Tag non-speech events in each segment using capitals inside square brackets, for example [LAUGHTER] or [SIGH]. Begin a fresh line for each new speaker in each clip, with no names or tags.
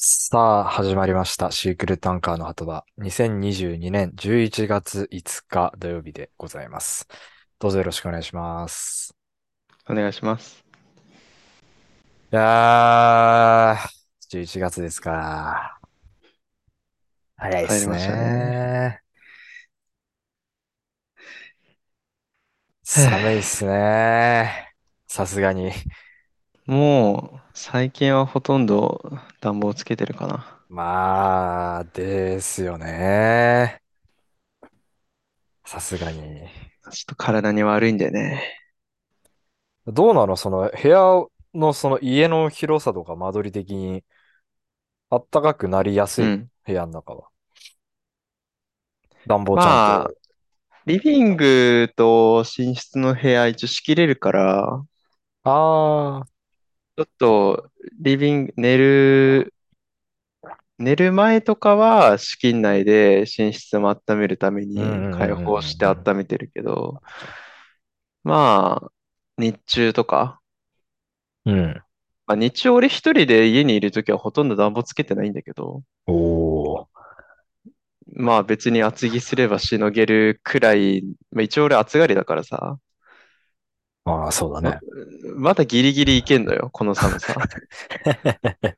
さあ、始まりました。シークレットアンカーの鳩場。2022年11月5日土曜日でございます。どうぞよろしくお願いします。
お願いします。
いやー、11月ですか。早いっ
入り
す
ましたね。
ね。
へ
寒いっ
え
すね。さすがに。
もう最近はほとんど暖房つけてるかな。
まあ、ですよね。さすがに。
ちょっと体に悪いんでね。
どうなのその部屋のその家の広さとか間取り的にあったかくなりやす
う
い
ん。
部屋の中は。暖房ちゃん
まあ、
と。
リビングと寝室の部屋一応仕切れるから、
ああ、
ちょっとリビング、寝る、寝る前とかは仕切んないで寝室を温めるため
うんう
に
ん
開
うん
放して
うんうん。
温めてるけど、まあ、日中とか、
うん。
まあ日中俺一人で家にいるときはほとんど暖房つけてないんだけど、
おー
まあ別に厚着すればしのげるくらい、まあ、一応俺暑がりだからさ、
ああ、そうだ
ま、
ね。
まだギリギリいけんのよ、この寒さ。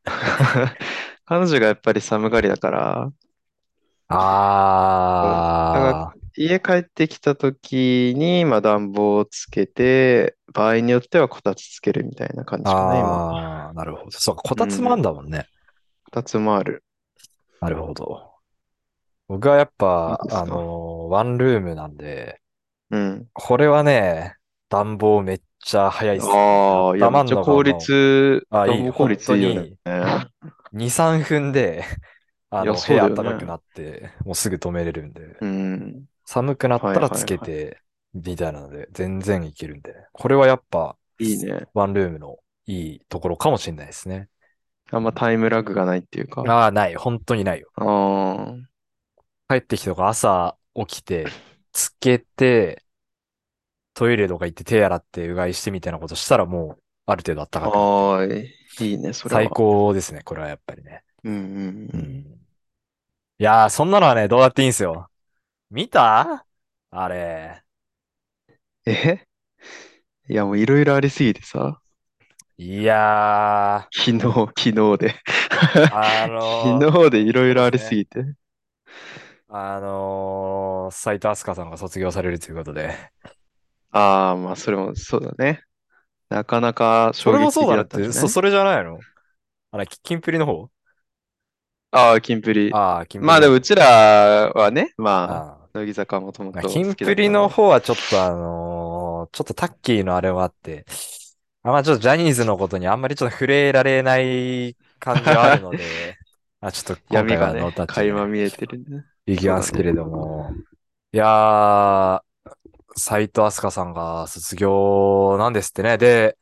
彼女がやっぱり寒がりだから、うん。だから
ああ、
家帰ってきた時に、まあ暖房をつけて、場合によってはこたつつけるみたいな感じかな、今。
ああ、なるほど。そうか、こ
う
たつもあん
ん。
だもんね。
こたつもある。
なるほど。僕はやっ
いい
ぱ、
です
あの
か。
ーワンルームなんで、
うん。
これはね、暖房めっちゃ早いっすね。
ああ、いや、め
黙
っ
ん
ちゃ
のが
効
も
率、
う、あ、
暖
いい。
房効
本
率
当
いいよね。
に、
い
2、3分で、あ
や、
の、部
そうだ
屋
よ
暖かく
ね。
なって、もうすぐ止めれるんで、
うん。
寒くなっ
は
たら
いは
つ
い
け
は
て、みたいなので、全然いけるんで、これはやっぱ、
い。いいね。
ワンルームのいいところかもしれないですね。
あんまタイムラグがないっていうか。
ああ、ない。本当にないよ。
ああ、
帰ってきてとか、朝起きて、つけて、トイレとか行って手洗ってうがいしてみたいなことしたらもう、ある程度暖かくなってる。
はーい。いいね、それ
最
は。
高ですね、これはやっぱりね。
うんうん
う
うん。
ん。いやー、そんなのはね、どうだっていいんすよ。見たあれ。
えいや、もういろいろありすぎてさ。
いやー、
昨日、昨日で。
あの
[LAUGHS] 昨日でいろ
そ
い
で
うろあ
す
りす
ね。
ぎて。
あのー、斉藤飛鳥さんが卒業されるということで。
ああ、まあ、それも、そうだね。なかなか
そ
衝
れも
撃
そう
的
だ
だ
なっ
ったんじ
て、
ゃ
そ、
ない
それじゃないのあれ、キキンプリの方
ああー、キンプリ。
ああー、キンプ
ま
リ
あ、
の方
でも、う
ね。
ちらはね、まあ、
あ
乃木坂もとも
あ。
と
キ
好
ン
きだ
プ
か
リの
ら。
方はちょっとあのーちょっとタッキーのあれもあって、あ、まあちょっとジャニーズのことにあんまりちょっと触れられない感じはあるので、
[LAUGHS]
あ、ちょっと今
闇
回
が
はノー
ね、
タッチ
垣間
で
見えてるね。
いき
そう
ま
だ
すけ
ね。
れども、いやー、斉藤飛鳥さんが卒業なんですってね。で、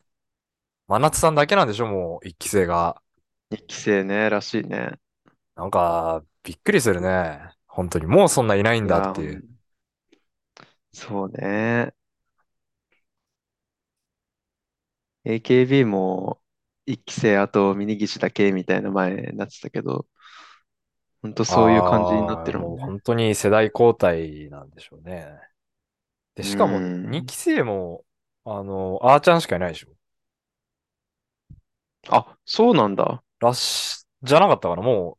真夏さんだけなんでしょもう一期生が。
一期生ね、らしいね。
なんか、びっくりするね。本当に。もうそんないないん
い
だっ
やー、
て
ほ
いう。
んそうね。AKB も一期生あと峯岸だけみたいな前になってたけど、ほんとそういう感じになっ
あ
て
あ、
るもん
もう
ね。
本当に世代交代なんでしょうね。で、
う
しかも
ー
2
ん。
期生も、あの、あーちゃんしかいないでしょ
あ、そうなんだ。
らし、じゃなかったかなも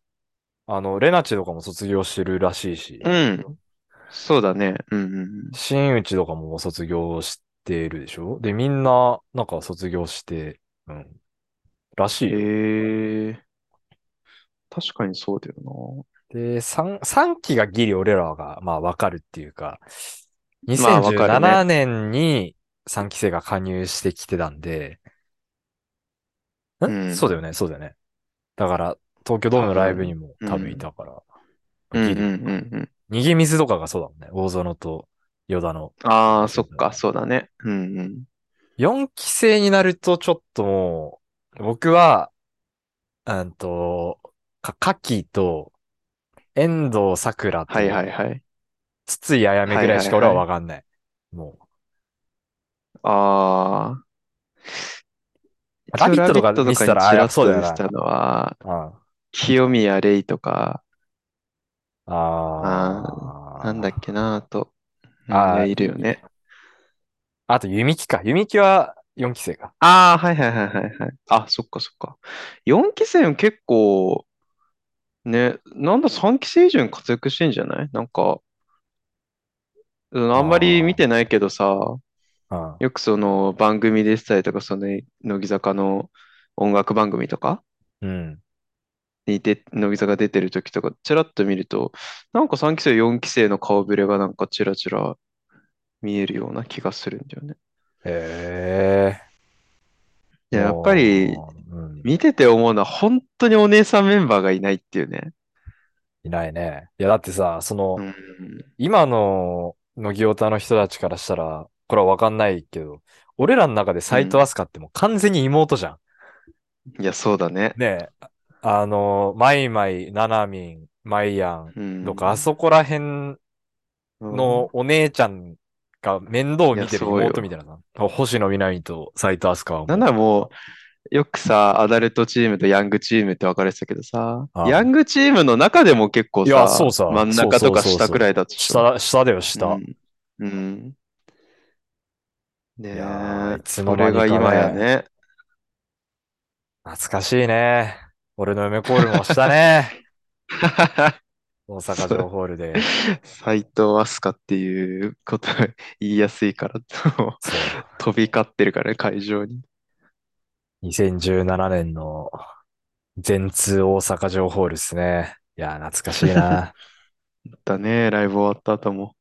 う、あの、レナチとかも卒業してるらしいし、
うん。そうだね。うんうんうん。
新内とかももう卒業してるでしょで、みんな、なんか卒業して、うん、らしいよ。
えー、確かにそうだよ
で、3、3期がギリ俺らが、まあ、わかるっていうか、
な。まあ、わ
2017
かるね。
年に3期生が加入してきてたんで、ん
う
そうだ
ん。
よね、そうだよね。だから、東京ドーム
多
のライブに
分。
も
う
多分い
ん。
たから、
うん
ギ
うん
リ。
うんうん。
逃げ水とかがそうだもんね。大園と与田の3
ああ、
期生
そっ
だよ
か、
ね。
そうだね。うんうん。
4期生になるとちょっともう、僕は、うんと、か、かきと、遠藤さくら
はいは
と、
いはい。
筒井あやめ
は
ぐ
い
らい
は
し
い
か俺は
は
わ
い。
かんない。も
ああ。
う。ラ
一応、
ビッ
ラ
トと
ビッ
か
トと
見て
か
た
に
ら、あ、
ち
やっ
ら
ぱ
っ
そう
と
だよ
出てたのは、
な。うん。
清宮レイとか、
ああ。
なんだっけな、あと、うん
あー
ねいるよね。
あと、弓木か。弓木は4期生か。
ああ、はいはいはいはいはい。あ、そっかそっか。4期生も結構、ね、なんだ3期生以上に活躍してんじゃないなんか、うん、あんまり見てないけどさ、
うん。
よくその番組でしたりとか、その乃木坂の音楽番組とか
うん。
にで乃木坂出てる時とか、ちらっと見ると、なんか3期生、4期生の顔ぶれがなんかちらちら見えるような気がするんだよね。
へえ。
いや、やっぱり
もううん
見てて思うのは本当にお姉さんメンバーがいないっていうね。
いないね。いや、だってさ、その
う、ん。
今の乃木オタの人たちからしたら、これはわかんないけど、俺らの中で斎藤飛鳥ってもう完全に妹じゃん。
いや、そうだね。
ねえ。あの、マイマイ、ナナミン、マイヤン
うん。
とか、あそこら辺のお姉ちゃんが面倒を見てる
いやそうよ
妹みたいなさ。星野みなみと斎藤飛鳥はもう
なんならもう、よくさ、アダルトチームとヤングチームって分かれてたけどさ、
ああ
ヤングチームの中でも結構
いや
さ、
そうさ
真ん中と
そ
か
うそうそうそう
下くらいだったでし
下、
ょ。
下だよ、下。
うん。うん。ね
いやー
え
い、つの
それが
間にかね
今やね。
懐かしいね。俺の嫁コールもしたね。大阪城ホールで。
斎藤飛鳥っていうこと言いやすいから、
そう。
飛び交ってるからね、会場に。
2017年の全通大阪城ホールですね。いやー、懐かしい
[LAUGHS]
な。
だね、ライブ終わった後も。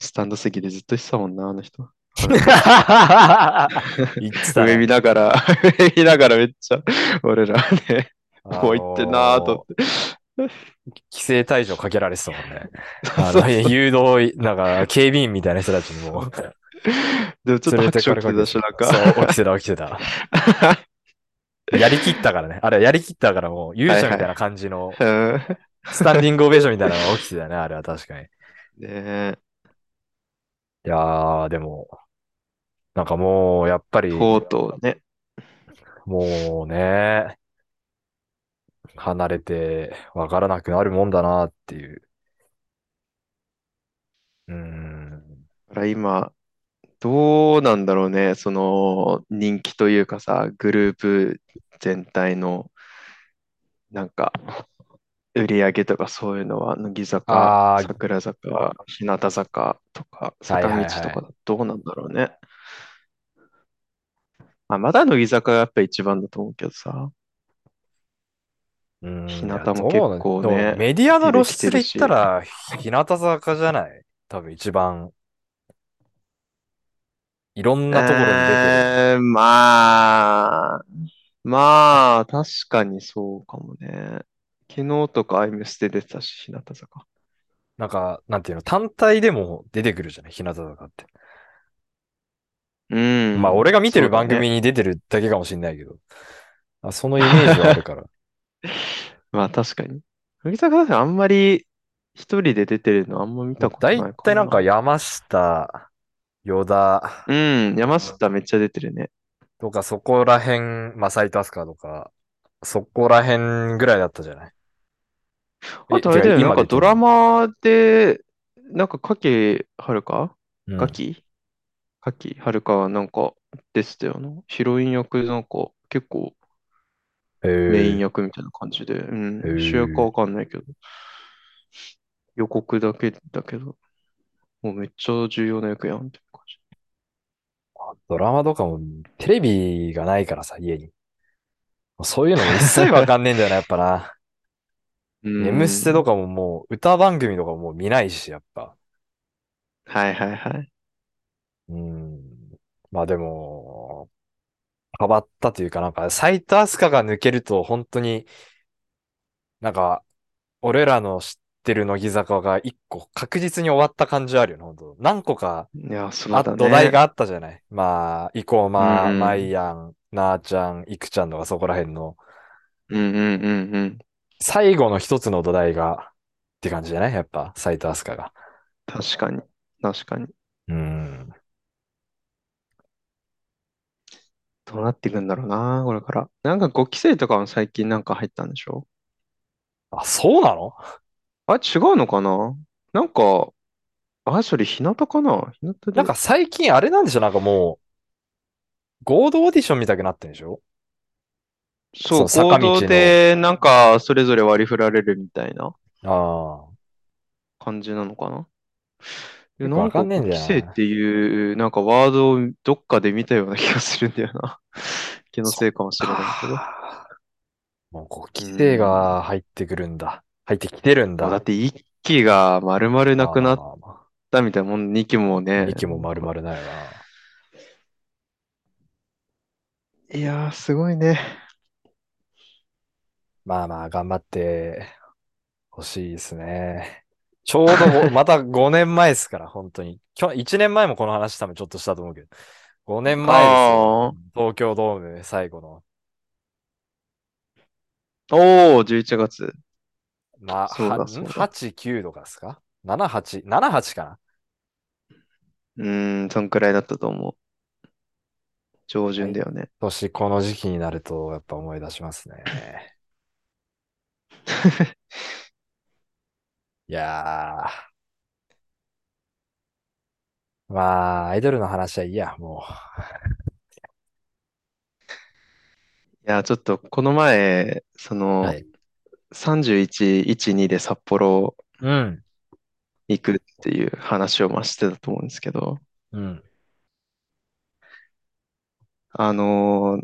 スタンド席でずっとしてたもんな、あの人。
言ってたね
上見ながら、上見ながらめっちゃ、俺らね、こう言ってんなーと思って。
規制退場かけられてたもん
[LAUGHS]
ね。あ
そう
の誘導、なんか、警備員みたいな人たちにもう、
[LAUGHS] でもちょっと
連れてかれ
拍手起き
か
て
け
た
て
し、なん
た。
か。
そう、起きてた、起きてた。やりきったからね。あれ、やりきったからもう、勇者みたいな感じの、
[LAUGHS] うん
スタンディングオベーションみたいなのが起きてたね、あれは確かに。い
ねえ、
やー、でも、なんかもう、やっぱり、
とうとうね。
もうね、離れて分からなくなるもんだなっていう。うーん。
だから今、どうなんだろうね、その人気というかさ、グループ全体の、なんか、売り上げとかそういうのは、乃木坂、
あー
桜坂、日向坂と
は
か、
いはい
坂道とか、どうなんだろうね。まあ、まだ乃木坂がやっぱ一番だと思うけどさ、
うーん。
日向
いや
も結構
どうなん
ね
でもメディアの露出で言ったら、日向坂じゃない多分一番、いろんなところに出てる。
えーまあ、まあ、確かにそうかもね。昨日とかアイムステ出てたし、日向坂。
なんか、なんていうの、単体でも出てくるじゃない日向坂って。
うん。
まあ、俺が見てる
そうだ
番
ね
組に出てるだけかもしれないけど。あそのイメージはあるから。
まあ、確かに。乃木坂だってあんまり一人で出てるのあんま見たこと
だい
ない
たいなんか
か
山下、与田
な。うん、山下めっちゃ出てるね。
とかそこら辺、まあ、斎藤飛鳥とか、そこら辺ぐらいだったじゃない
あとあれだよね、なんかドラ。
えてか今出てる
マで、なんか、柿遥香
うん
ガキガキ遥香はなんか出てたよな。ヒロイン役なんか結構
へー
メイン役みたいな感じで、うん、
へえ
主役はわかんないけど、予告だけだけど、もうめっちゃ重要な役やんって感じ。
ドラマとかも、テレビがないからさ、家に。そういうのも一切わかんねえんだよな、やっぱな。
[LAUGHS] うん、
M ステとかももう、歌番組とかももう見ないし、やっぱ。
はいはいはい。
うん。まあでも、変わったというか、なんか、斎藤飛鳥が抜けると、本当に、なんか、俺らの知ってる乃木坂が一個確実に終わった感じあるよね、本当。何個か、
いや、そう
あ、
だ
土台
ね。
があったじゃない。まあ、生駒、
うん
マイアン、なーちゃん、いくちゃんとかそこら辺の、
うんうんうんうん。
最後の一つの土台が、って感じじゃないやっぱ、斎藤飛鳥が。
確かに。確かに。
うん。
どうなっていくんだろうな、これから。なんか5期生とかも最近なんか入ったんでしょ
あ、そうなの
あ、違うのかななんか、あ、それ日向かな日向
なん
で。
か最近あれなんでしょなんかもう、合同オーディションみたくなってんでしょ
そ、
そうの坂
合
道
同でなんかそれぞれ割り振られるみたいな
の、ああ、
感じなのかなえ、
よく
な
わ
んか
かんねえん
5
だ
期
よ
生っ
な。
ていう、なんかワードをどっかで見たような気がするんだよな。 [LAUGHS] 気の
そっ
せいかもしれないけど。
か。もう5
う
期生
ん。
が入ってくるんだ。入ってきてるん
もうだ
だ。
って1期が丸々なく
まあ
なっ
まあまあ。
たみたいなもん、2期もね、
2期も
なん
丸
か。
々ないよな。
いやー、すごいね。
まあまあ、頑張ってほしいですね。ちょうど
[LAUGHS]
ごまた5年前ですから、本当に。きょ、1年前もこの話多分ちょっとしたと思うけど。5年前ですよ。
ああ、
東京ドーム最後の。
おー、11月。
な、
そう
は、
だ、
ん
そうだ。
?8、9とかですか ?7、8、7、8かな
うーん、そんくらいだったと思う。上旬
毎
だよね。
年この時期になると、やっぱ思い出します
[LAUGHS]
ね。いやー。まあ、アイドルの話はいいや、も。
いやー、ちょっとこの前、そう
は
の、
い。
31、12で札幌
うん。
行くっていう話をまあしてたと思うんですけど、
うん。
あのー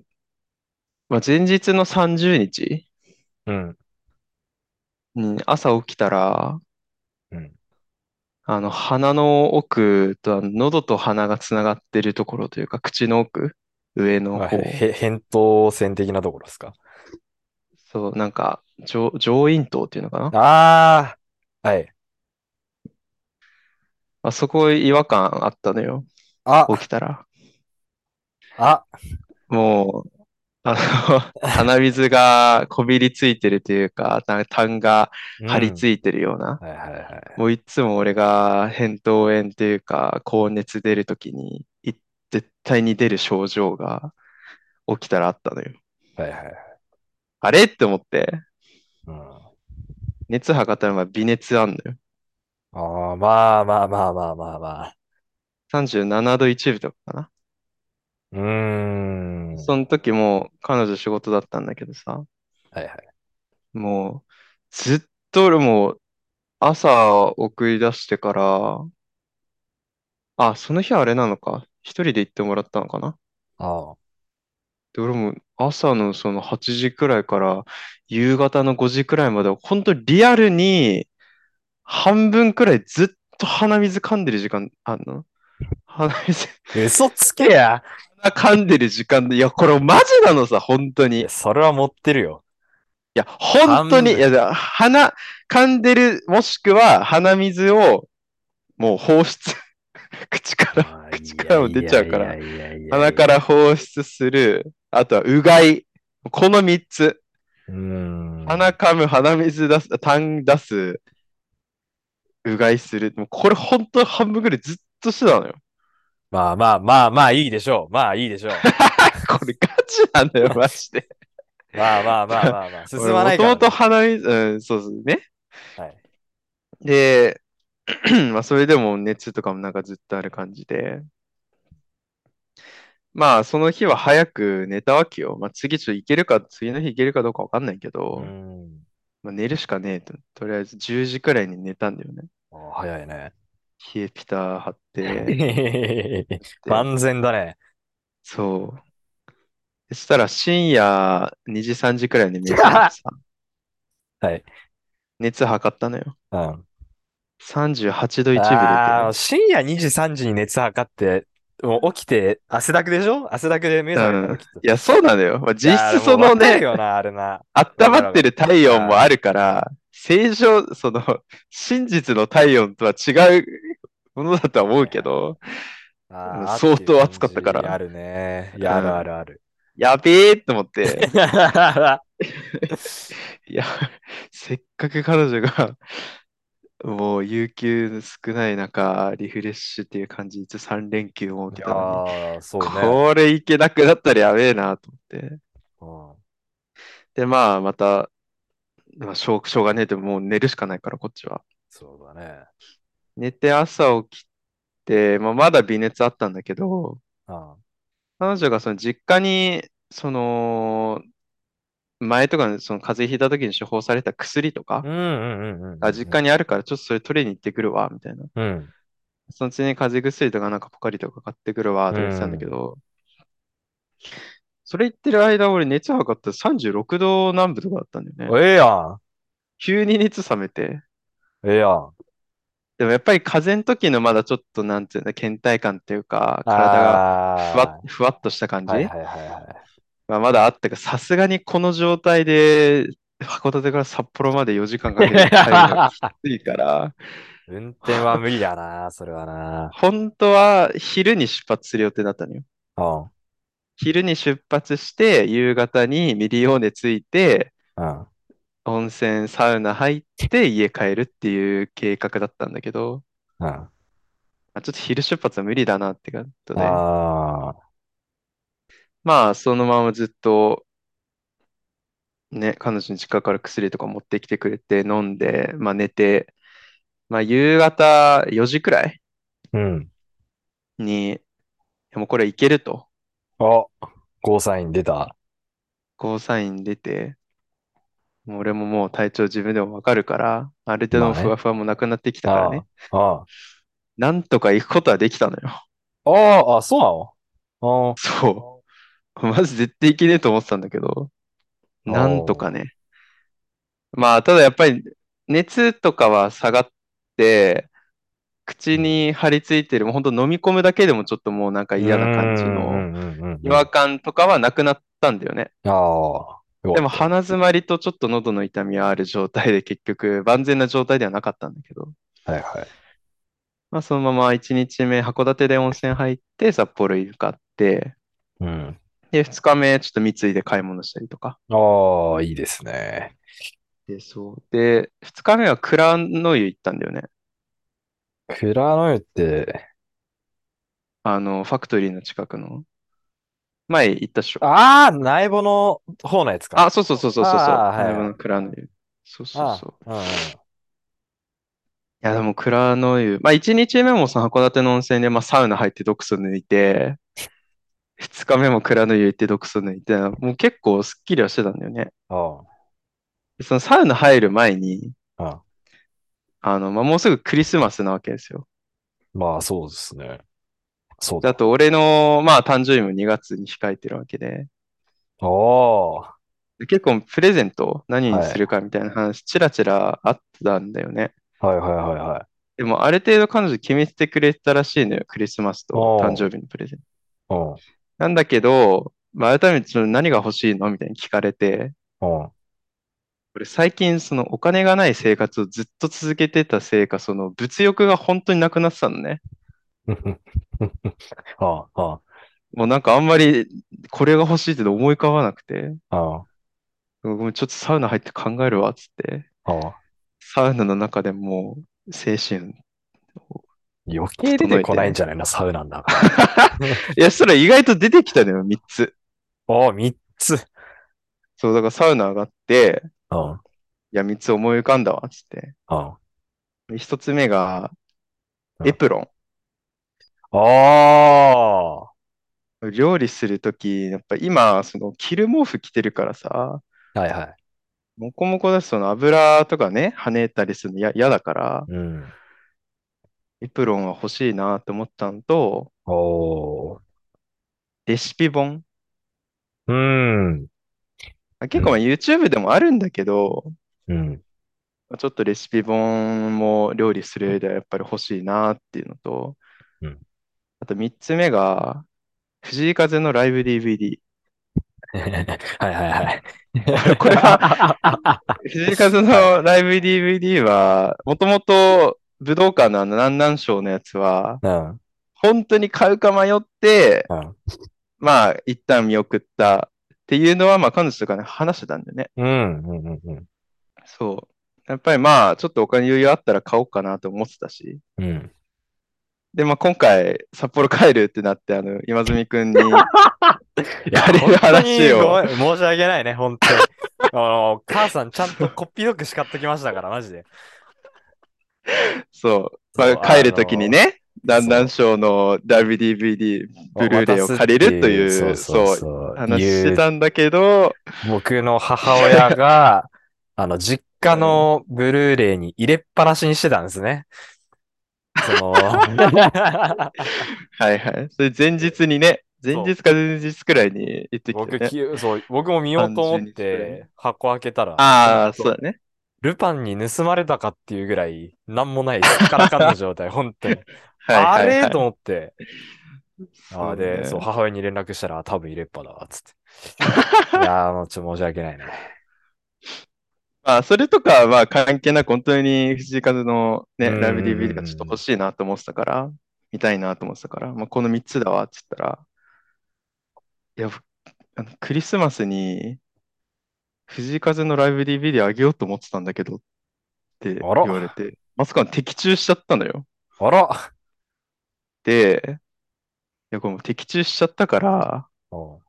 まあ、前日の30日
うん。
に朝起きたら、
うん。
あの、鼻の奥と、あの喉と鼻がつながってるところというか、口の奥、上の
まあ、へ、
方、
へ扁桃腺的なところですか
そう、なんか、上、上咽頭っていうのかな
ああ、はい。
あそこ違和感あったのよ。起
あ、
きたら。
あ、
もう、あ
[LAUGHS]
の、鼻水がこびりついてるというか、た痰が
う
張り
ん。
付いてるような。
はいはいはい。
もういつも俺が扁桃炎というか、高熱出るときに、い絶対に出る症状が起きたらあったのよ。
はいはい。
あれって思って、
うん。
熱測ったのが微熱あんのよ。
ああ、まあまあまあまあまあまあ。
37度1分とかかな。
うーん。は
その時もう彼女仕事だったんだけどさ、
いはい。
もうずっと俺もう朝送り出してから、あ、その日はあれなのか。一人で行ってもらったのかな。
あ
で、俺も朝のその8時くらいから夕方の5時くらいまで、本当リアルに半分くらいずっと鼻水噛んでる時間あんの鼻水
あ。嘘つけや。
鼻噛んでる時間で、いや、これマジなのさ、本当
い
に。
や、それは持ってる
[LAUGHS]
よ。
いや、本当
半
に、い
分。
や、だ鼻、噛んでる、もしくは鼻水をもう放出。 [LAUGHS] 口から、
ああ、
口
い
か
や
らも
い
出ちゃ
や
う
い
か
や
ら、
いやいや
鼻
い
か
や。
ら放出する。あとは、うがい。この三つ。
うー
鼻
ん。
噛む、鼻水出す、痰出す、うがいする。もうこれ本当半分ぐらいずっとしてた
[LAUGHS]
のよ。
まあまあまあまあいいでしょう。まあいい
[LAUGHS]
でしょ
これガチなんだよ、マジで。
う。まあまあまあまあま [LAUGHS] あ。進
[LAUGHS] 俺
ま
も
ない
と
か
も
ら
と
ね。
鼻水、うん、そうですね。
はい。
で、 [CLEARS THROAT] まあそれでも熱とかもなんかずっとある感じで。まあその日は早く寝たわけよ。まあ次ちょっと行けるか、次の日行けるかどうかわかんないけ
うー
ど、
ん。
まあ、寝るしかねえと。とりあえず10時くらいに寝たんだよね。
ああ、早い
[LAUGHS]
ね。
冷えピタ貼って、
[LAUGHS]
で、
万全だね。
そう。そしたら深夜2時3時くらいに目覚めてさ、
はい。
熱測ったのよ。
うん。
38度1分出て
ああ、
ね。
深夜2時3時に熱測って、もう起きて汗だくでしょ汗だくで目覚めた
う
ら
ん。
きっと。
いや、そうなのよ。まあ、
い
実
やー、
質
でも
そ
わ
の
かる
ね、
よな、あれな。わ
温ま
かる
っ
わか
てる
る。
体温も
あ
あ
あ、
るから、正常、その、真実の体温とは違うものだとは思
は
う
いは
け
い。
ど、もう
ああ、っ
相
ていう
当
感
暑かったか
じあ
ら、
るね。いうや、あるあ
ん。
るあ [LAUGHS] る。
やべえと思って、いや、せっかく彼女がもう、有給少ない中、リフレッシュっていう感じ、一応3連休を
い
受け
や
たのに、
ー、そうね。
これいけなくなったらやべえなと思って。
うん
で、まあ、また、まあ、しょう、しょうがねえと、もう寝るしかないから、こっちは。
そうだね。
寝て朝起きて、まあ、まだ微熱あったんだけど、
うん
彼女がその実家に、その、前とかにその風邪ひいた時に処方された薬とか、
うんうんうんうん
あ、実家にあるからちょっとそれ取りに行ってくるわ、みたいな。
うん。うん。
そのうちに風邪薬とかなんかポカリとか買ってくるわ、とか言ってたんだけ
うん
ど、それ言ってる間俺熱測ったら36度南部とかだったんだよね。
ええやん。
急に熱冷めて。
ええやん。
でもやっぱり風邪の時のまだちょっとなんていうんだ、倦怠感っていうか、体がふわ
あ
っ、ふわっとした感
ー
じ
はいはいはいはい。
まあ、まだあったが、さすがにこの状態で、函館から札幌まで4時間かけて帰るのはきつ
[LAUGHS]
いから、
運転は無理だな、 [LAUGHS] それはな。
本当は昼に出発する予定だったのよ。
うん。
昼に出発して、夕方にミリオーネ着いて、
うん。
温泉、サウナ入って家帰るっていう計画だったんだけど、
うん。あ
まあ、ちょっと昼出発は無理だなってことで、
あ
まあそのままずっと、ね、彼女の実家から薬とか持ってきてくれて飲んで、まあ寝て、まあ夕方4時くらい
ー。うん。
に、もうこれいけると、
あ、ゴーサイン出た。
ゴーサイン出て、もう俺ももう体調自分でもわかるから、ある程度の
まあね
ふわふわもなくなってきたから
あ
ね、
あ。あ
なんとか行くことはできたの
[LAUGHS]
よ。
あ。ああ、あそうなの
そう。マジ絶対いけねえと思ってたんだけど、なんとかね。まあ、ただやっぱり熱とかは下がって、口に張り付いてる、もう本当飲み込むだけでもちょっともうなんか
ああ。
嫌な感じ
う
の
んうんうんうん
違和感とかはなくなったんだよね。
ああ。
でも鼻づまりとちょっと喉の痛みはある状態で結局 [LAUGHS] 万全な状態ではなかったんだけど、
はいはい。
まあそのまま1日目函館で温泉入って札幌に向かって、
うん。
で2日目ちょっと三井で買い物したりとか。
ああ、いいですね。
で、そう。で、二日目は蔵の湯行ったんだよね。
クラノエって、
あの、ファクトリーの近くの。前行ったっしょ。
ああ、内房の方のやつか。
あ、そうそうそうそうそうそう。
あーはいはい
あの蔵の湯。そうそうそう。
あ
いや、でも蔵の湯。まあ、一日目もその函館の温泉で、まあ、サウナ入って毒素抜いて、二日目も蔵の湯行って毒素抜いて、もう結構スッキリはしてたんだよね。
うんうん。あ
でそのサウナ入る前に、
あ。ああ
あの、まあ、もうすぐクリスマスなわけですよ。
まあ、そうですね。そう
で
だ。
あと、俺の、まあ、誕生日も2月に控えてるわけで。
ああ。
で結構プレゼントを何に
はい
するかみたいな話、ちらちらあったんだよね。
はいはいはいはい。
でも、ある程度彼女決めてくれてたらしいのよ。クリスマスと
おー
誕生日のプレゼント。
うん。
なんだけど、まあ、改めてその何が欲しいのみたいに聞かれて、
うん。 [LAUGHS]
俺最近そのお金がない生活をずっと続けてたせいか、その物欲が本当になくなってたのね。
ああ、
もうなんかあんまりこれが欲しいって思い浮かばなくて、
ああ、
ごめん、ちょっとサウナ入って考えるわ、つって。
ああ。
サウナの中でもう精神
余計出てこないんじゃないのサウナんだか
いや、それ意外と出てきたのよ、3つ。
ら。ああ、三つ。
そう、だからサウナ上がって、
うん、うん、
いや、3つ思い浮かんだわ、つって。
あ
1つ目が、
うん
エプロ
あ、
ン。料理するとき、やっぱ今、その、着る毛布着てるからさ、
はいはい。
もこもこだし、その油とかね、跳ねたりするのや嫌だから、
うん。
エプロンは欲しいなって思ったのと、
おー。
レシピ本。
うん、
あ結構まあ YouTube でもあるんだけど、
うん、
まあちょっとレシピ本も料理する上ではやっぱり欲しいなっていうのと
うん、
あと3つ目が、藤井風のライブ DVD。
はいはいはい。
これ
は、
藤井風のライブ DVD は、もともと武道館のあの南南賞のやつは、
[LAUGHS] うん、うん、
本当に買うか迷って、まあ、一旦見送ったっていうのは、まあ、彼女とかね、話してたんだよね。
うん、うん、うん。
そやっぱりまあ、ちょっとお金余裕あったら買おうかなと思ってたし。
うん。
で、まあ今回、札幌帰るってなって、あの、今住くんに、
いや、
あ
本
れ
当に
話を
ごめん申し訳ないね、本当に。あの、お母さんちゃんとこっぴどく叱ってきましたから、マジで。
そう、まあ
そう
帰るときにね、
あの
だんだんショーの WDVD、ブルーレイを借りるという、
渡すってそうそうそう。い
話し
う
てたんだけど、
僕の母親が、あの、実家のブルーレイに入れっぱなしにしてたんですね。その、
[LAUGHS] はいはい。それ前日にね、前
そう
日か前々日くらいに行ってきて
僕、
ね。
きそう、僕も見ようと思っ
30日くら
て箱開けたら、
ああ、
ほ
そうん
と
だね。
ルパンに盗まれたかっていうぐらい、なんもない、すっからかんの状
[LAUGHS]
態、本当に。
はいはいはい
あれと思って。
そ
あ
う
ー
ね
で、そう、母親に連絡したら、多分入れっぱだわ、つって。い [LAUGHS] やー、もうちょっと申し訳ないね。
まあ、それとかはまあ関係なく、本当に藤井風のね、
うん
ラブ DVD がちょっと欲しいなと思ってたから、見たいなと思ってたから、まあ、この3つだわって言ったら、いや、あのクリスマスに藤井風のライブ DVD あげようと思ってたんだけどって言
あら
われて、まさかの的中しちゃったのよ。
あら
で、いや、これもう的中しちゃったから、
おう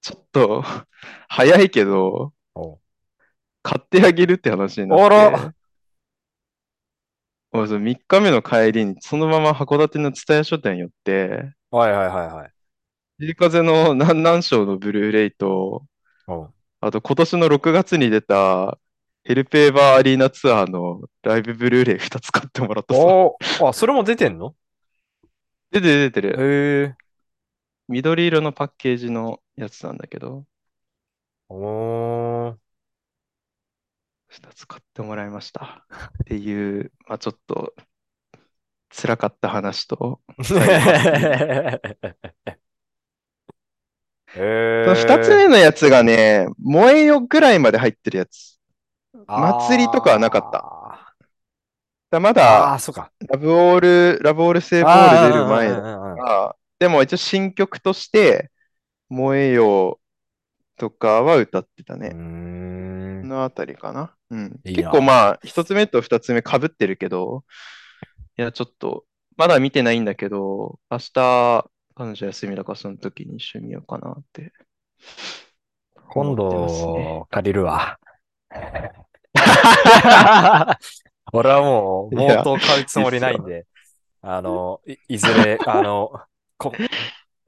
ちょっと [LAUGHS] 早いけど、
おう
買ってあげるって話にな
あ
っ
ら
て、俺その3日目の帰りに、そのまま函館の蔦屋書店寄って、
はいはいはいはい。
藤風の南南賞のブルーレイと、
おう
あと今年の6月に出たヘルペーバーアリーナツアーのライブブルーレイ2つ買ってもらったそう。
おーあ、それも出てんの
出てる出てる。
へえ。
緑色のパッケージのやつなんだけど、
お
[LAUGHS]
ー
2つ買ってもらいました。っていう、まあちょっと辛かった話と、
へえ。
2つ目のやつがね、燃えよぐらいまで入ってるやつ。祭りとかはなかった
た。
だま
あ
だ
あ、そうか。
ラブオール、ラブオールセーブオ
あ
ー
あ
ル出る前だ
うんうんうんうん
から、でも一応新曲として、燃えよとかは歌ってたね。
うーん。
のあたりかな。うん。
いいな
結構まあ、一つ目と二つ目被ってるけど、いや、ちょっと、まだ見てないんだけど、明日、彼女休みだからその時に一緒に見ようかなって。
今
思ってますね
度、借りるわ。 [LAUGHS] 俺はもう、
いや
冒頭買うつもりないんで、あの、いいずれ、あの、こ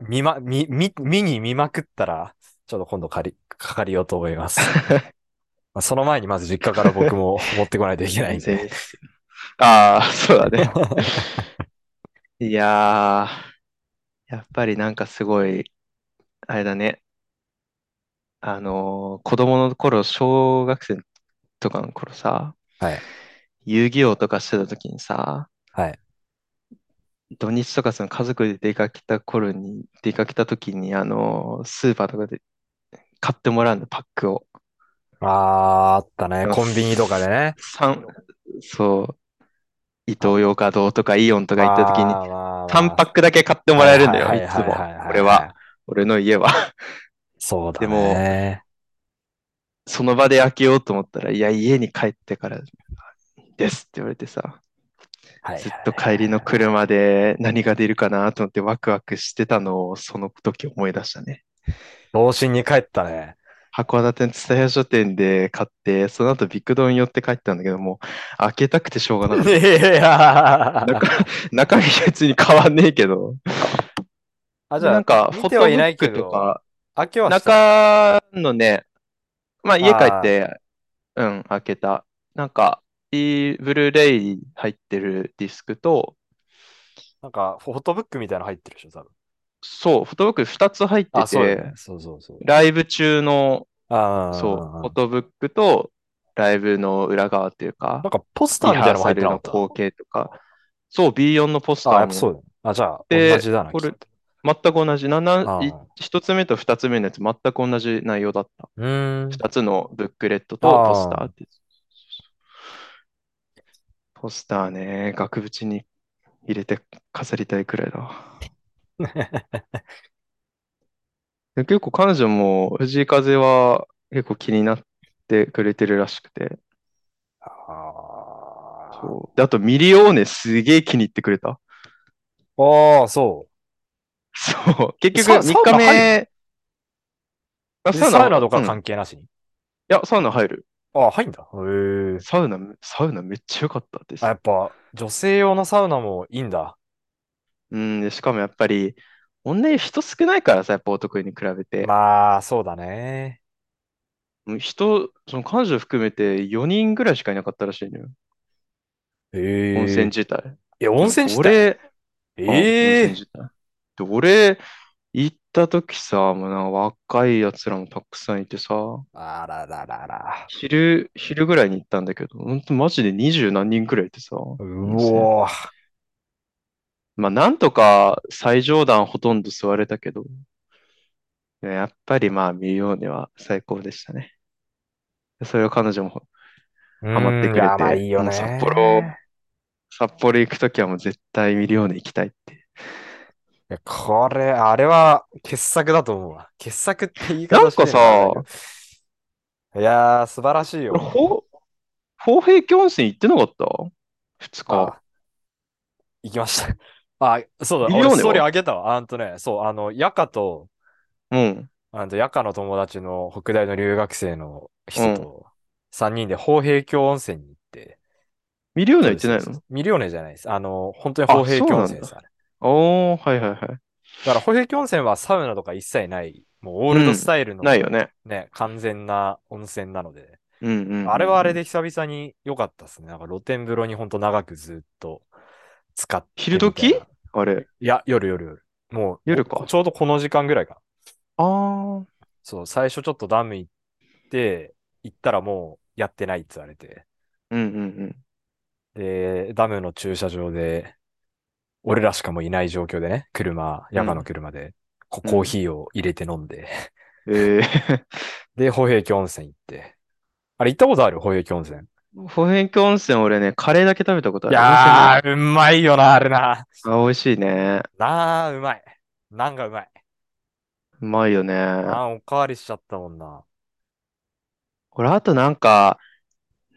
見ま、見、見、見に見まくったら、ちょっと今度借り、借りようと思い
[LAUGHS]
ます。まあその前にまず実家から僕も持ってこないといけないんで。
ぜひああ、そう
[LAUGHS]
だね。いやー、やっぱりなんかすごい、あれだね。あのー子供の頃、小学生とかの頃さ、
はい
遊戯王とかしてた時にさ、
はい
土日とかその家族で出かけた頃に、出かけた時に、あのースーパーとかで買ってもらうの、パックを。
ああ、あったね。コンビニとかでね。
三、そう、イトーヨーカドーとかイオンとか行った時に、
まあまあまあ
3パックだけ買ってもらえるんだよ、
はいは
つも
は。は
俺は、。俺の家は。 [LAUGHS]
そうだ
でも
ね。
その場で開けようと思ったら、いや、家に帰ってからですって言われてさ、
はい
ずっと帰りの車で何が出るかなと思ってワクワクしてたのをその時思い出したね。
童心に帰ったね。
函館の蔦屋書店で買って、その後ビッグドン寄って帰ったんだけど、もう開けたくてしょうがなかった。
いやー
中中身別に変わんねえけど。
あ、じゃあ、
なんか、フ
見て
ォトブ
はいない
ッ
け
ク
ど、
とか、
開けはした
中のね、まあ家
あー
帰って、うん、開けた。なんか、いいブルーレイ入ってるディスクと、
なんか、フォトブックみたいなの入ってるでしょ、多分。
そう、フォトブック2つ入って
あ、そうだよ
て
ね、。そうそうそう。
ライブ中の、
あー
そう、フォトブックと、ライブの裏側っていうか
なん、か、ポスタ
リ
ーみたいなのも入
ハーサ
って
ル
な
の
かっ
光景とか、そう、B4 のポスタ
た。あ、やっ
ー
ぱ
も
そうだよね。あ、じゃあ、
で
同じだな。
こ
き
れ
っと
全く同じ、な
あ
な
ー
い一つ目と二つ目のやつ、全く同じ内容だった。
うーん。
二つのブックレットと
あー
ポスターって。ポスターね、額縁に入れて飾りたいくらい
[LAUGHS]
だわ。で結構彼女も藤井風は結構気になってくれてるらしくて、
あ
そう。であと、ミリオーネすげえ気に入って [LAUGHS] くれた。
ーあー、そ
そう。結
サ
局、
サ
3
ウナ入る
日目、あ
う。でサウナとか
うんい
関係なしに。
や、サウナ入る。
ああ、入んだ。へえ。
サウナ、サウナめっちゃ良かったで
あ、や
す。
っぱ、女性用のサウナもいいんだ。
うん、でしかもやっぱり、女湯人少ないからさ、やっぱ男湯に比べて。
まあ、そうだね。
うん人、その彼女含めて4人ぐらいしかいなかったらしいのよ。温
へ
泉
え。
自体。
え、温
で
泉自体
俺、あ、
え
温泉
え。
自体。で、俺、行った時さ、もうなんか若いやつらもたくさんいてさ、
あらららら。
昼、昼ぐらいに行ったんだけど、ほんとマジで二十何人くらいいてさ、
う
温泉。
おー。
まあ、なんとか最上段ほとんど座れたけど、ねやっぱりまあ、見ようには最高でしたね。それを彼女も
う
ハマっ
ーん、い
てくれ
や、まあ
て、
いいよ
もう札幌、
ね。
札幌行くときはもう絶対ミリオーネ行きたいって。
いや、これ、あれは傑作だと思うわ。傑作って言い
な
方
ん
し
か
て
さ、
んのあれだけど。いやー、素晴らしい
俺、
よ。
ほう、豊平温泉行ってなかった二日。
あ、行きました。あ、そうだ、
ミリ
俺
オー
ス
ネ
トーリー
は
あげたわ。あんとね、そう、あの、ヤカと、
うん、
あの、ヤカの友達の北大の留学生の
う
人
ん。
と、三人で豊平峡温泉に行って、
ミリオー
そ
ネ
う
行
で
っ
す、
て
そうで
ない
す。
の
ミリオネじゃないです。あの、本当に
あ、
豊平
そう
峡温
なん
泉です、
だ。
あれ。
おー、はいはいはい。
だから、豊平峡温泉はサウナとか一切ない、もうオー
う
ルドス
ん、
タイル
ない
の
よね。
ね、完全な温泉なので、
うんうん
あれはあ
うん
れ
うん。
で久々に良かったですね。なんか露天風呂にほんと長くずっと使っ
昼
てみたい
時
な。
あれ、
いや、夜夜夜。もう
夜
お、
か。
ちょうどこの時間ぐらいかな。
あー、
そう、最初ちょっとダム行って、行ったらもうやってないって言われて。
うんうんうん。
で、ダムの駐車場で、俺らしかもういない状況でね、車、
う
夜間の
ん、
車で、こ
う
コー
ん。
ヒーを入れて飲んで、
えー、 [LAUGHS]
で、豊平峡温泉行って。あれ行ったことある豊平峡温泉。
保変峡温泉俺ね、カレーだけ食べたこと
い
ある。
や
温泉ないの。
ー、うまいよな、あれな。
あ、美味しいね。
なあ、うまい。なんかうまい。
うまいよね。
あん、おかわりしちゃったもんな。
俺、あとなんか、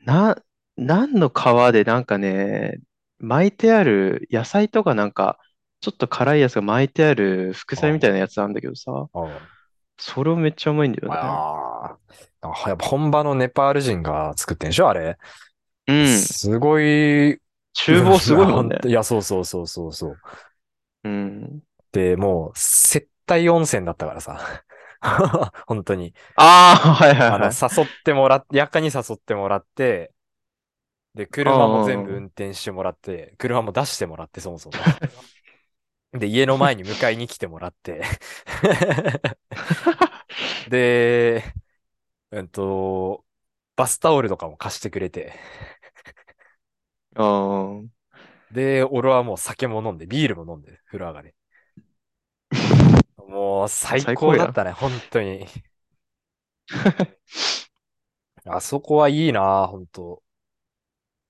な、何の皮でなんかね、巻いてある野菜とかなんか、ちょっと辛いやつが巻いてある副菜みたいなやつなんだけどさ、
ああ、
それもめっちゃうまいんだよね。
ああ。なんかやっぱ本場のネパール人が作ってんでしょあれ。
うん。
すごい、う
厨房すごいもん
本
ね。
当 [LAUGHS] いや、そうそうそうそうそう。
うん。
で、もう、接待温泉だったからさ。 [LAUGHS] 本当に。
ああ、はいはい
あ
[LAUGHS]
の、
はい。
誘ってもらって、やっかに誘ってもらって、で、
う
車も全
んう
部
んう
運
ん。
転してもらって、車も出してもらって、そもそも。で、家の前に迎えに来てもらって。
[LAUGHS]
で、うんと、バスタオルとかも貸してくれて。
あー
で、俺はもう酒も飲んで、ビールも飲んで、風呂上がり。もう最
最
高
高
だ
や
っ
ん。
たね、本当に。あそこはいいな、本当。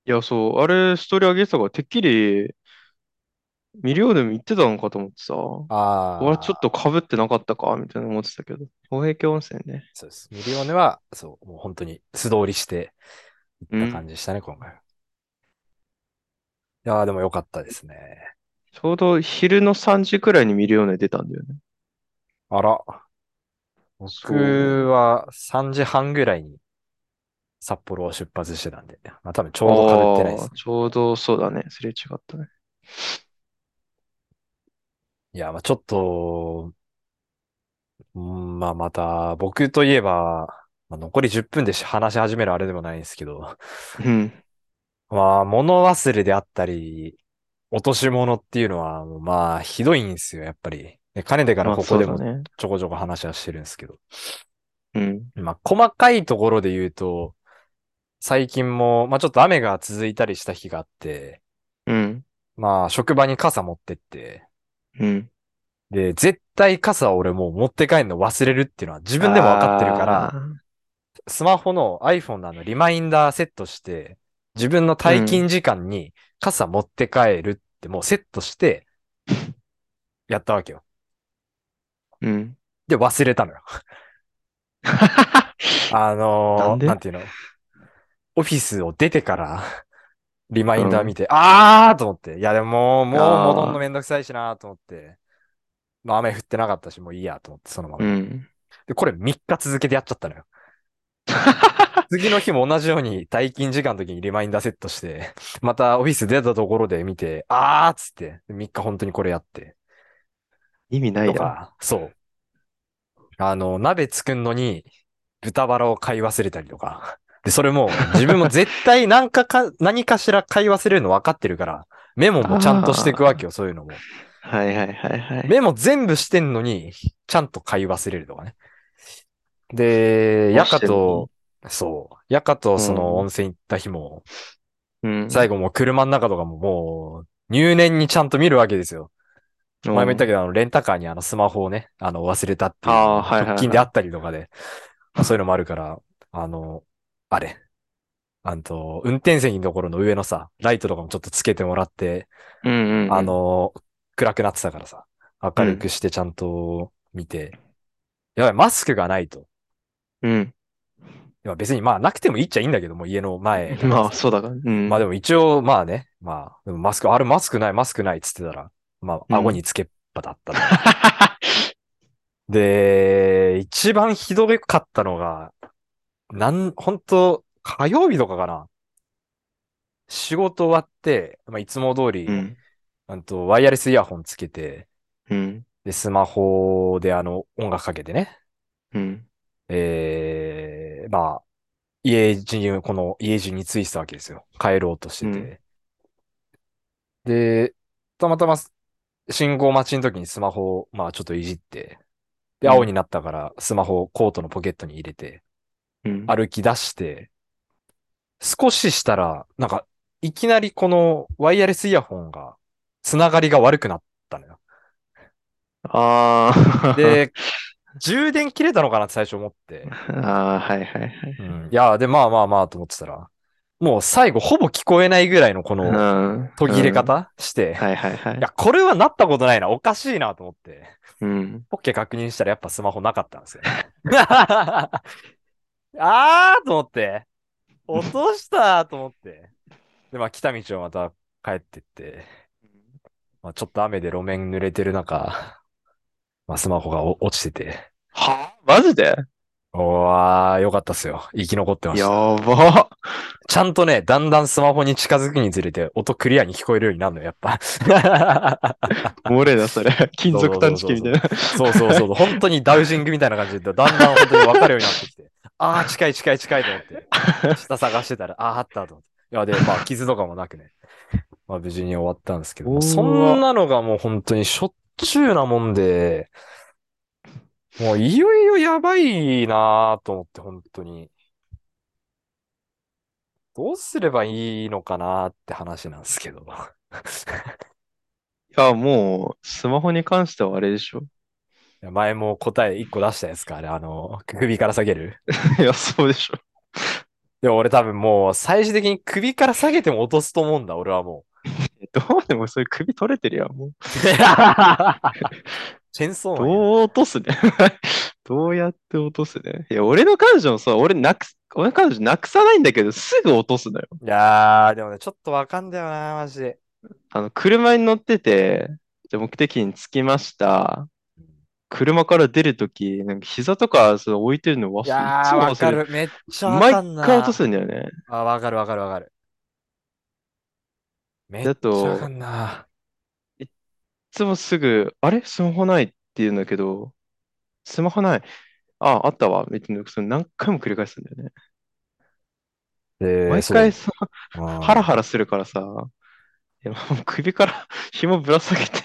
いや、そう、あれ、ストーリー上げてたから、てっきり、ミリオネも行ってたのかと思ってさ、俺はちょっ
あ
と
あ、
被ってなかったか、みたいな思ってたけど、豊平峡温泉ね。
そうです。ミリオネは、そう、もう本当に素通りして行っ
う
た感
ん。
じでしたね、今回は。いやー、でも良かったですね。
ちょうど昼の3時くらいにミリオネ出たんだよね。
あら、僕
そう。
は3時半ぐらいに札幌を出発してたんで、まあ多分ちょうど被ってないで
あ
す
あ、
ね。
ちょうどそうだね。すれ違ったね。
いやー、まあちょっと、うん、まあ、また、僕といえば、まあ、残り10分でし話し始めるあれでもないんですけど、 [LAUGHS]
うん。
まあ、物忘れであったり、落とし物っていうのは、もうまあ、ひどいんですよ、やっぱり。で、かねてから
まあ、
ここ
そう
で
だ
も
ね。
ちょこちょこ話はしてるんですけど、
うん。
まあ、細かいところで言うと、最近も、まあ、ちょっと雨が続いたりした日があって、
うん。
まあ、職場に傘持ってって、
うん。
で、絶対傘を俺もう持って帰るの忘れるっていうのは自分でも分かってるから、
ああ、
スマホの iPhone のあのリマインダーセットして、自分の
う
退勤
ん。
時間に傘持って帰るってもうセットしてやったわけよ。
うん。
[LAUGHS] で、忘れたのよ。あ
なん
のーな
で
んていうのオフィスを出てからリマインダー見て、あーと思って。いや、でももう、もう戻んのめんどくさいしなと思って。まあ、雨降ってなかったし、もういいやと思って、そのまま。
うん。
で、これ3日続けてやっちゃ
[LAUGHS]
ったのよ。次の日も同じように退勤時間の時にリマインダーセットして、またオフィス出たところで見て、あーっつって、3日本当にこれやって。
意味ない
と
だ
か、そう。あの、鍋作んのに豚バラを買い忘れたりとか。で、それも自分も絶対何かか、何かしら買い忘れるの分かってるから、メモもちゃんとしていくわ
[LAUGHS]
けよ、そういうのも。
ろ。はいはいはいは
[LAUGHS]
い。
メモ全部してんのに、ちゃんと買い忘れるとかね。で、やかと、そう、やかとその
うん
温泉行った日も、
うん、
最後もう車の中とかももう、入念にちゃんと見るわけですよ。
後
前も言ったけど、あの、レンタカーにあのスマホをね、あの、忘れたっていう、
ああはいはいはい
直近であったりとかで、まあそういうのもあるから、あの、あれ、あのと、運転席のところの上のさ、ライトとかもちょっとつけてもらって、
うんうんうん
あ、の、暗くなってたからさ、明るくしてちゃんと見て、やばい、マスクがないと。
うん。
いや別にまあ、なくてもいいっちゃいいんだけども、家の前だからさ。
まあ、そうだから。うん。
まあでも一応、まあね、まあ、でもマスク、あれマスクない、マスクないっつってたら、ま
うん
あ、顎につけっぱだったと。で、一番ひどかったのが、なん、本当火曜日とかかな。仕事終わって、まあ、いつも通り、
[LAUGHS] うん。
あのとワイヤレスイヤホンつけて、
うん。
で、スマホであの、音楽かけてね。
うん。
えー、まあ、家路に、この家路に着いてたわけですよ。帰ろうとしてて。で、たまたま信号待ちの時にスマホを、まあちょっといじって、で、
うん
青になったからスマホをコートのポケットに入れて、
うん。
歩き出して、少ししたら、なんか、いきなりこのワイヤレスイヤホンが、つながりが悪くなったのよ。
ああ。、
[LAUGHS] で、充電切れたのかなって最初思って。
[LAUGHS] ああ、はいはいはい。
いや、で、まあまあまあと思ってたら、もう最後ほぼ聞こえないぐらいのこの
うん。
途切れ
うん
方して、
はいはいはいい。
や、これはなったことないな、おかしいなと思って、
うん。
ポッケ確認したらやっぱスマホなかったんですよね。 [LAUGHS] あーと思って、落としたと思って。で、まあ来た道をまた帰ってって、まあ、ちょっと雨で路面濡れてる中、まあ、スマホがお落ちてて、
はマジで
おー、よかったっすよ。生き残ってました
や。ば
ちゃんとね、だんだんスマホに近づくにつれて、音クリアに聞こえるようになるのよ、やっぱ。
漏れだ、そ [LAUGHS] れ。金属探知機みたいな。
そうそう
[LAUGHS]
そう。本当にダウジングみたいな感じで、だんだん本当に分かるようになってきて。ああ、近い近い近いと思って。
[LAUGHS]
下探してたら、ああ、あったと思って。いや、で、まあ、傷とかもなくね。まあ、無事に終わったんですけ
お
ど、
ー
そんなのがもう本当にしょっちゅうなもんで、もういよいよやばいなぁと思って、本当に。どうすればいいのかなって話なんですけ
[LAUGHS]
ど。
いや、もう、スマホに関してはあれでしょ。
いや前も答え1個出したやつか、あれ、あの、首から下げる
いや、そうでしょ。
でも俺多分もう最終的に首から下げても落とすと思うんだ、俺は
[LAUGHS]
も
どうでも、それ首取れてるやん、もう。
う。チェンソーマンや
どう落とすね。 [LAUGHS] どうやって落とすね。いや、俺の彼女もさ、俺なくす、俺の彼女なくさないんだけど、すぐ落とすのよ。
いやー、でもね、ちょっとわかんだよな、マジで。
あの、車に乗ってて、じゃあ目的地に着きました。車から出るとき、なんか膝とかその置いてるの忘
い
れ、い
や
つ
ー、
も
わか
忘れる。
る。めっちゃわ
毎
かんな。
回落とすんだよね。
あ、わかるわかるわかる。めっち
だ
ゃ
と
わかんな。
いつもすぐ、あれスマホないって言うんだけど、スマホない。あ、あったわ。みたいな、その何回も繰り返すんだよね。
で
毎回さ、
そううん
ハラハラするからさ、いやもう首から [LAUGHS] 紐ぶら下げて、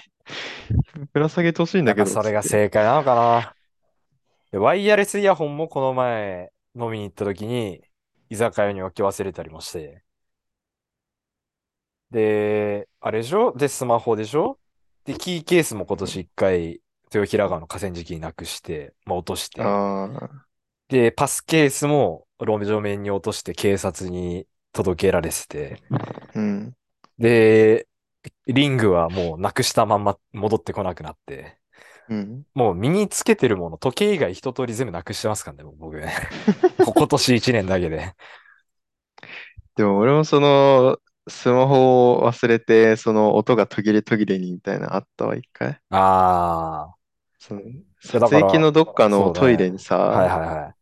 [LAUGHS] ぶら下げてほしいんだけ
なん
ど。
かそれが
つって
正解なのかなで。ワイヤレスイヤホンもこの前飲みに行った時に居酒屋に置き忘れたりもして。で、あれでしょで、スマホでしょで、キーケースも今年一回豊平川の河川敷になくして、まあ、落として。
あ
で、パスケースも路面に落として警察に届けられてて。
あ、うん。
で、リングはもうなくしたまんま戻ってこなくなって。
うん。
もう身につけてるもの、時計以 [LAUGHS] 外一通り全部なくしてますからね、僕ね。こ今年一年だけで。
でも俺もその、スマホを忘れて、その音が途切れ途切れにみたいなのあったわ、一回。
あ
その、
や
撮
だから
影機のどっか
そ
の
うだ
ト
ね
イレに
あ、はい
さ、
はいはい。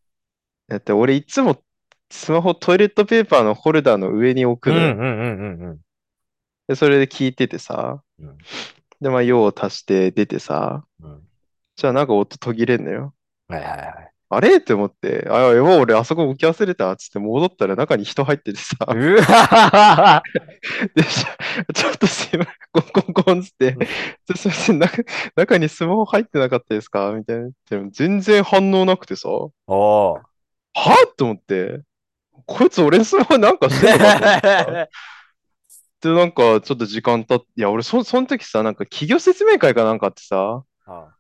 だって俺いつもスマホトイレットペーパーのホルダーの上に置
う
く
ん
の
う
よ。
んうんうんうん
で、それで聞いててさ、
うん
で、まあ用を足して出てさ、
うん。
じゃあなんか音途切れんのよ。
はいはいはい。
あれって思って、あ、やばい俺あそこ置き忘れたっつって戻ったら中に人入っててさ、
うわはは
で、ちょちょっとすいません、コンコンコンっつって、
うん
ちょすいません、中、中にスマホ入ってなかったですかみたいな。でも全然反応なくてさ、は
は
[LAUGHS]
おー。
ぁと思って、こいつ俺のスマホなんか [LAUGHS] してんのかと思ってさ。で、なんかちょっと時間経って、いや、俺そ、その時さ、なんか企業説明会かなんかあってさ、
あ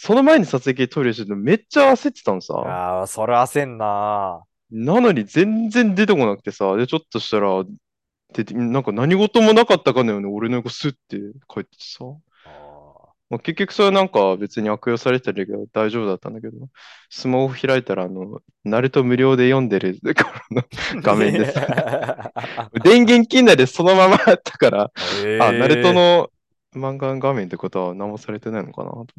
その前に撮影機でトイレしててめっちゃ焦ってたのさ。
あー、それ焦んな
なのに全然出てこなくてさ、で、ちょっとしたら、で、なんか何事もなかったかのように俺の横スッて帰ってさ。
あー
まあ、結局それはなんか別に悪用されてるけど大丈夫だったんだけど、スマホ開いたらあの、ナルト無料で読んでるからの画面
[LAUGHS]
でさ、電源切んないでそのままだったから、
え
あ、ナルト
ー
の漫画の画面ってことは何もされてないのかなと思って。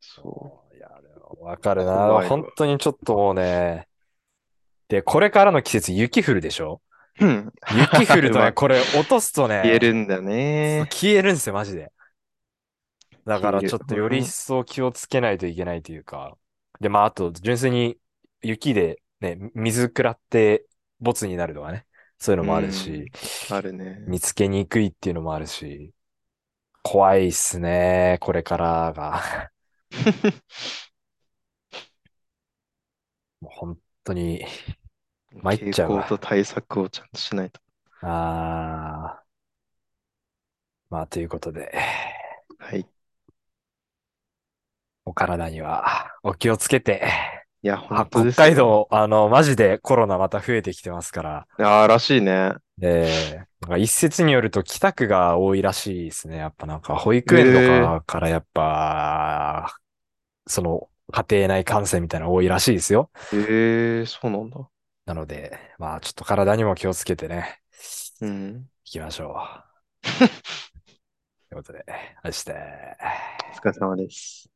そ
いや、でもわかるな
怖いわ
本当にちょっともうね。で、これからの季節、雪降るでしょ
う。うん
雪降るとね、
[LAUGHS] うまく
これ落とすとね、
言えるんだ
そう
ね。
消えるんですよ、マジで。だから
消える
ちょっとより一層気をつけないといけないというか。で、まあ、あと、純粋に雪でね、水食らってボツになるとかね。そういうのもあるし、
あるね。
見つけにくいっていうのもあるし、怖いっすね、これから
[LAUGHS]
が。もう本当に、参っちゃうわ
傾向と対策をちゃんとしないと。
ああ。まあ、ということで、
はい。い
お体にはお気をつけて、
や、
あ
本当
北
です
海道、
よ。
あの、マジでコロナまた増えてきてますから、
ああ、らしいね。
えーなんか一説によると北区が多いらしいですね。やっぱなんか保育園とかからやっぱ、その家庭内感染みたいなの多いらしいですよ。
ええそうなんだ。
なので、まあちょっと体にも気をつけてね、
うん。
行きましょ
[LAUGHS]
う。ということで、明日。
お疲れ様です。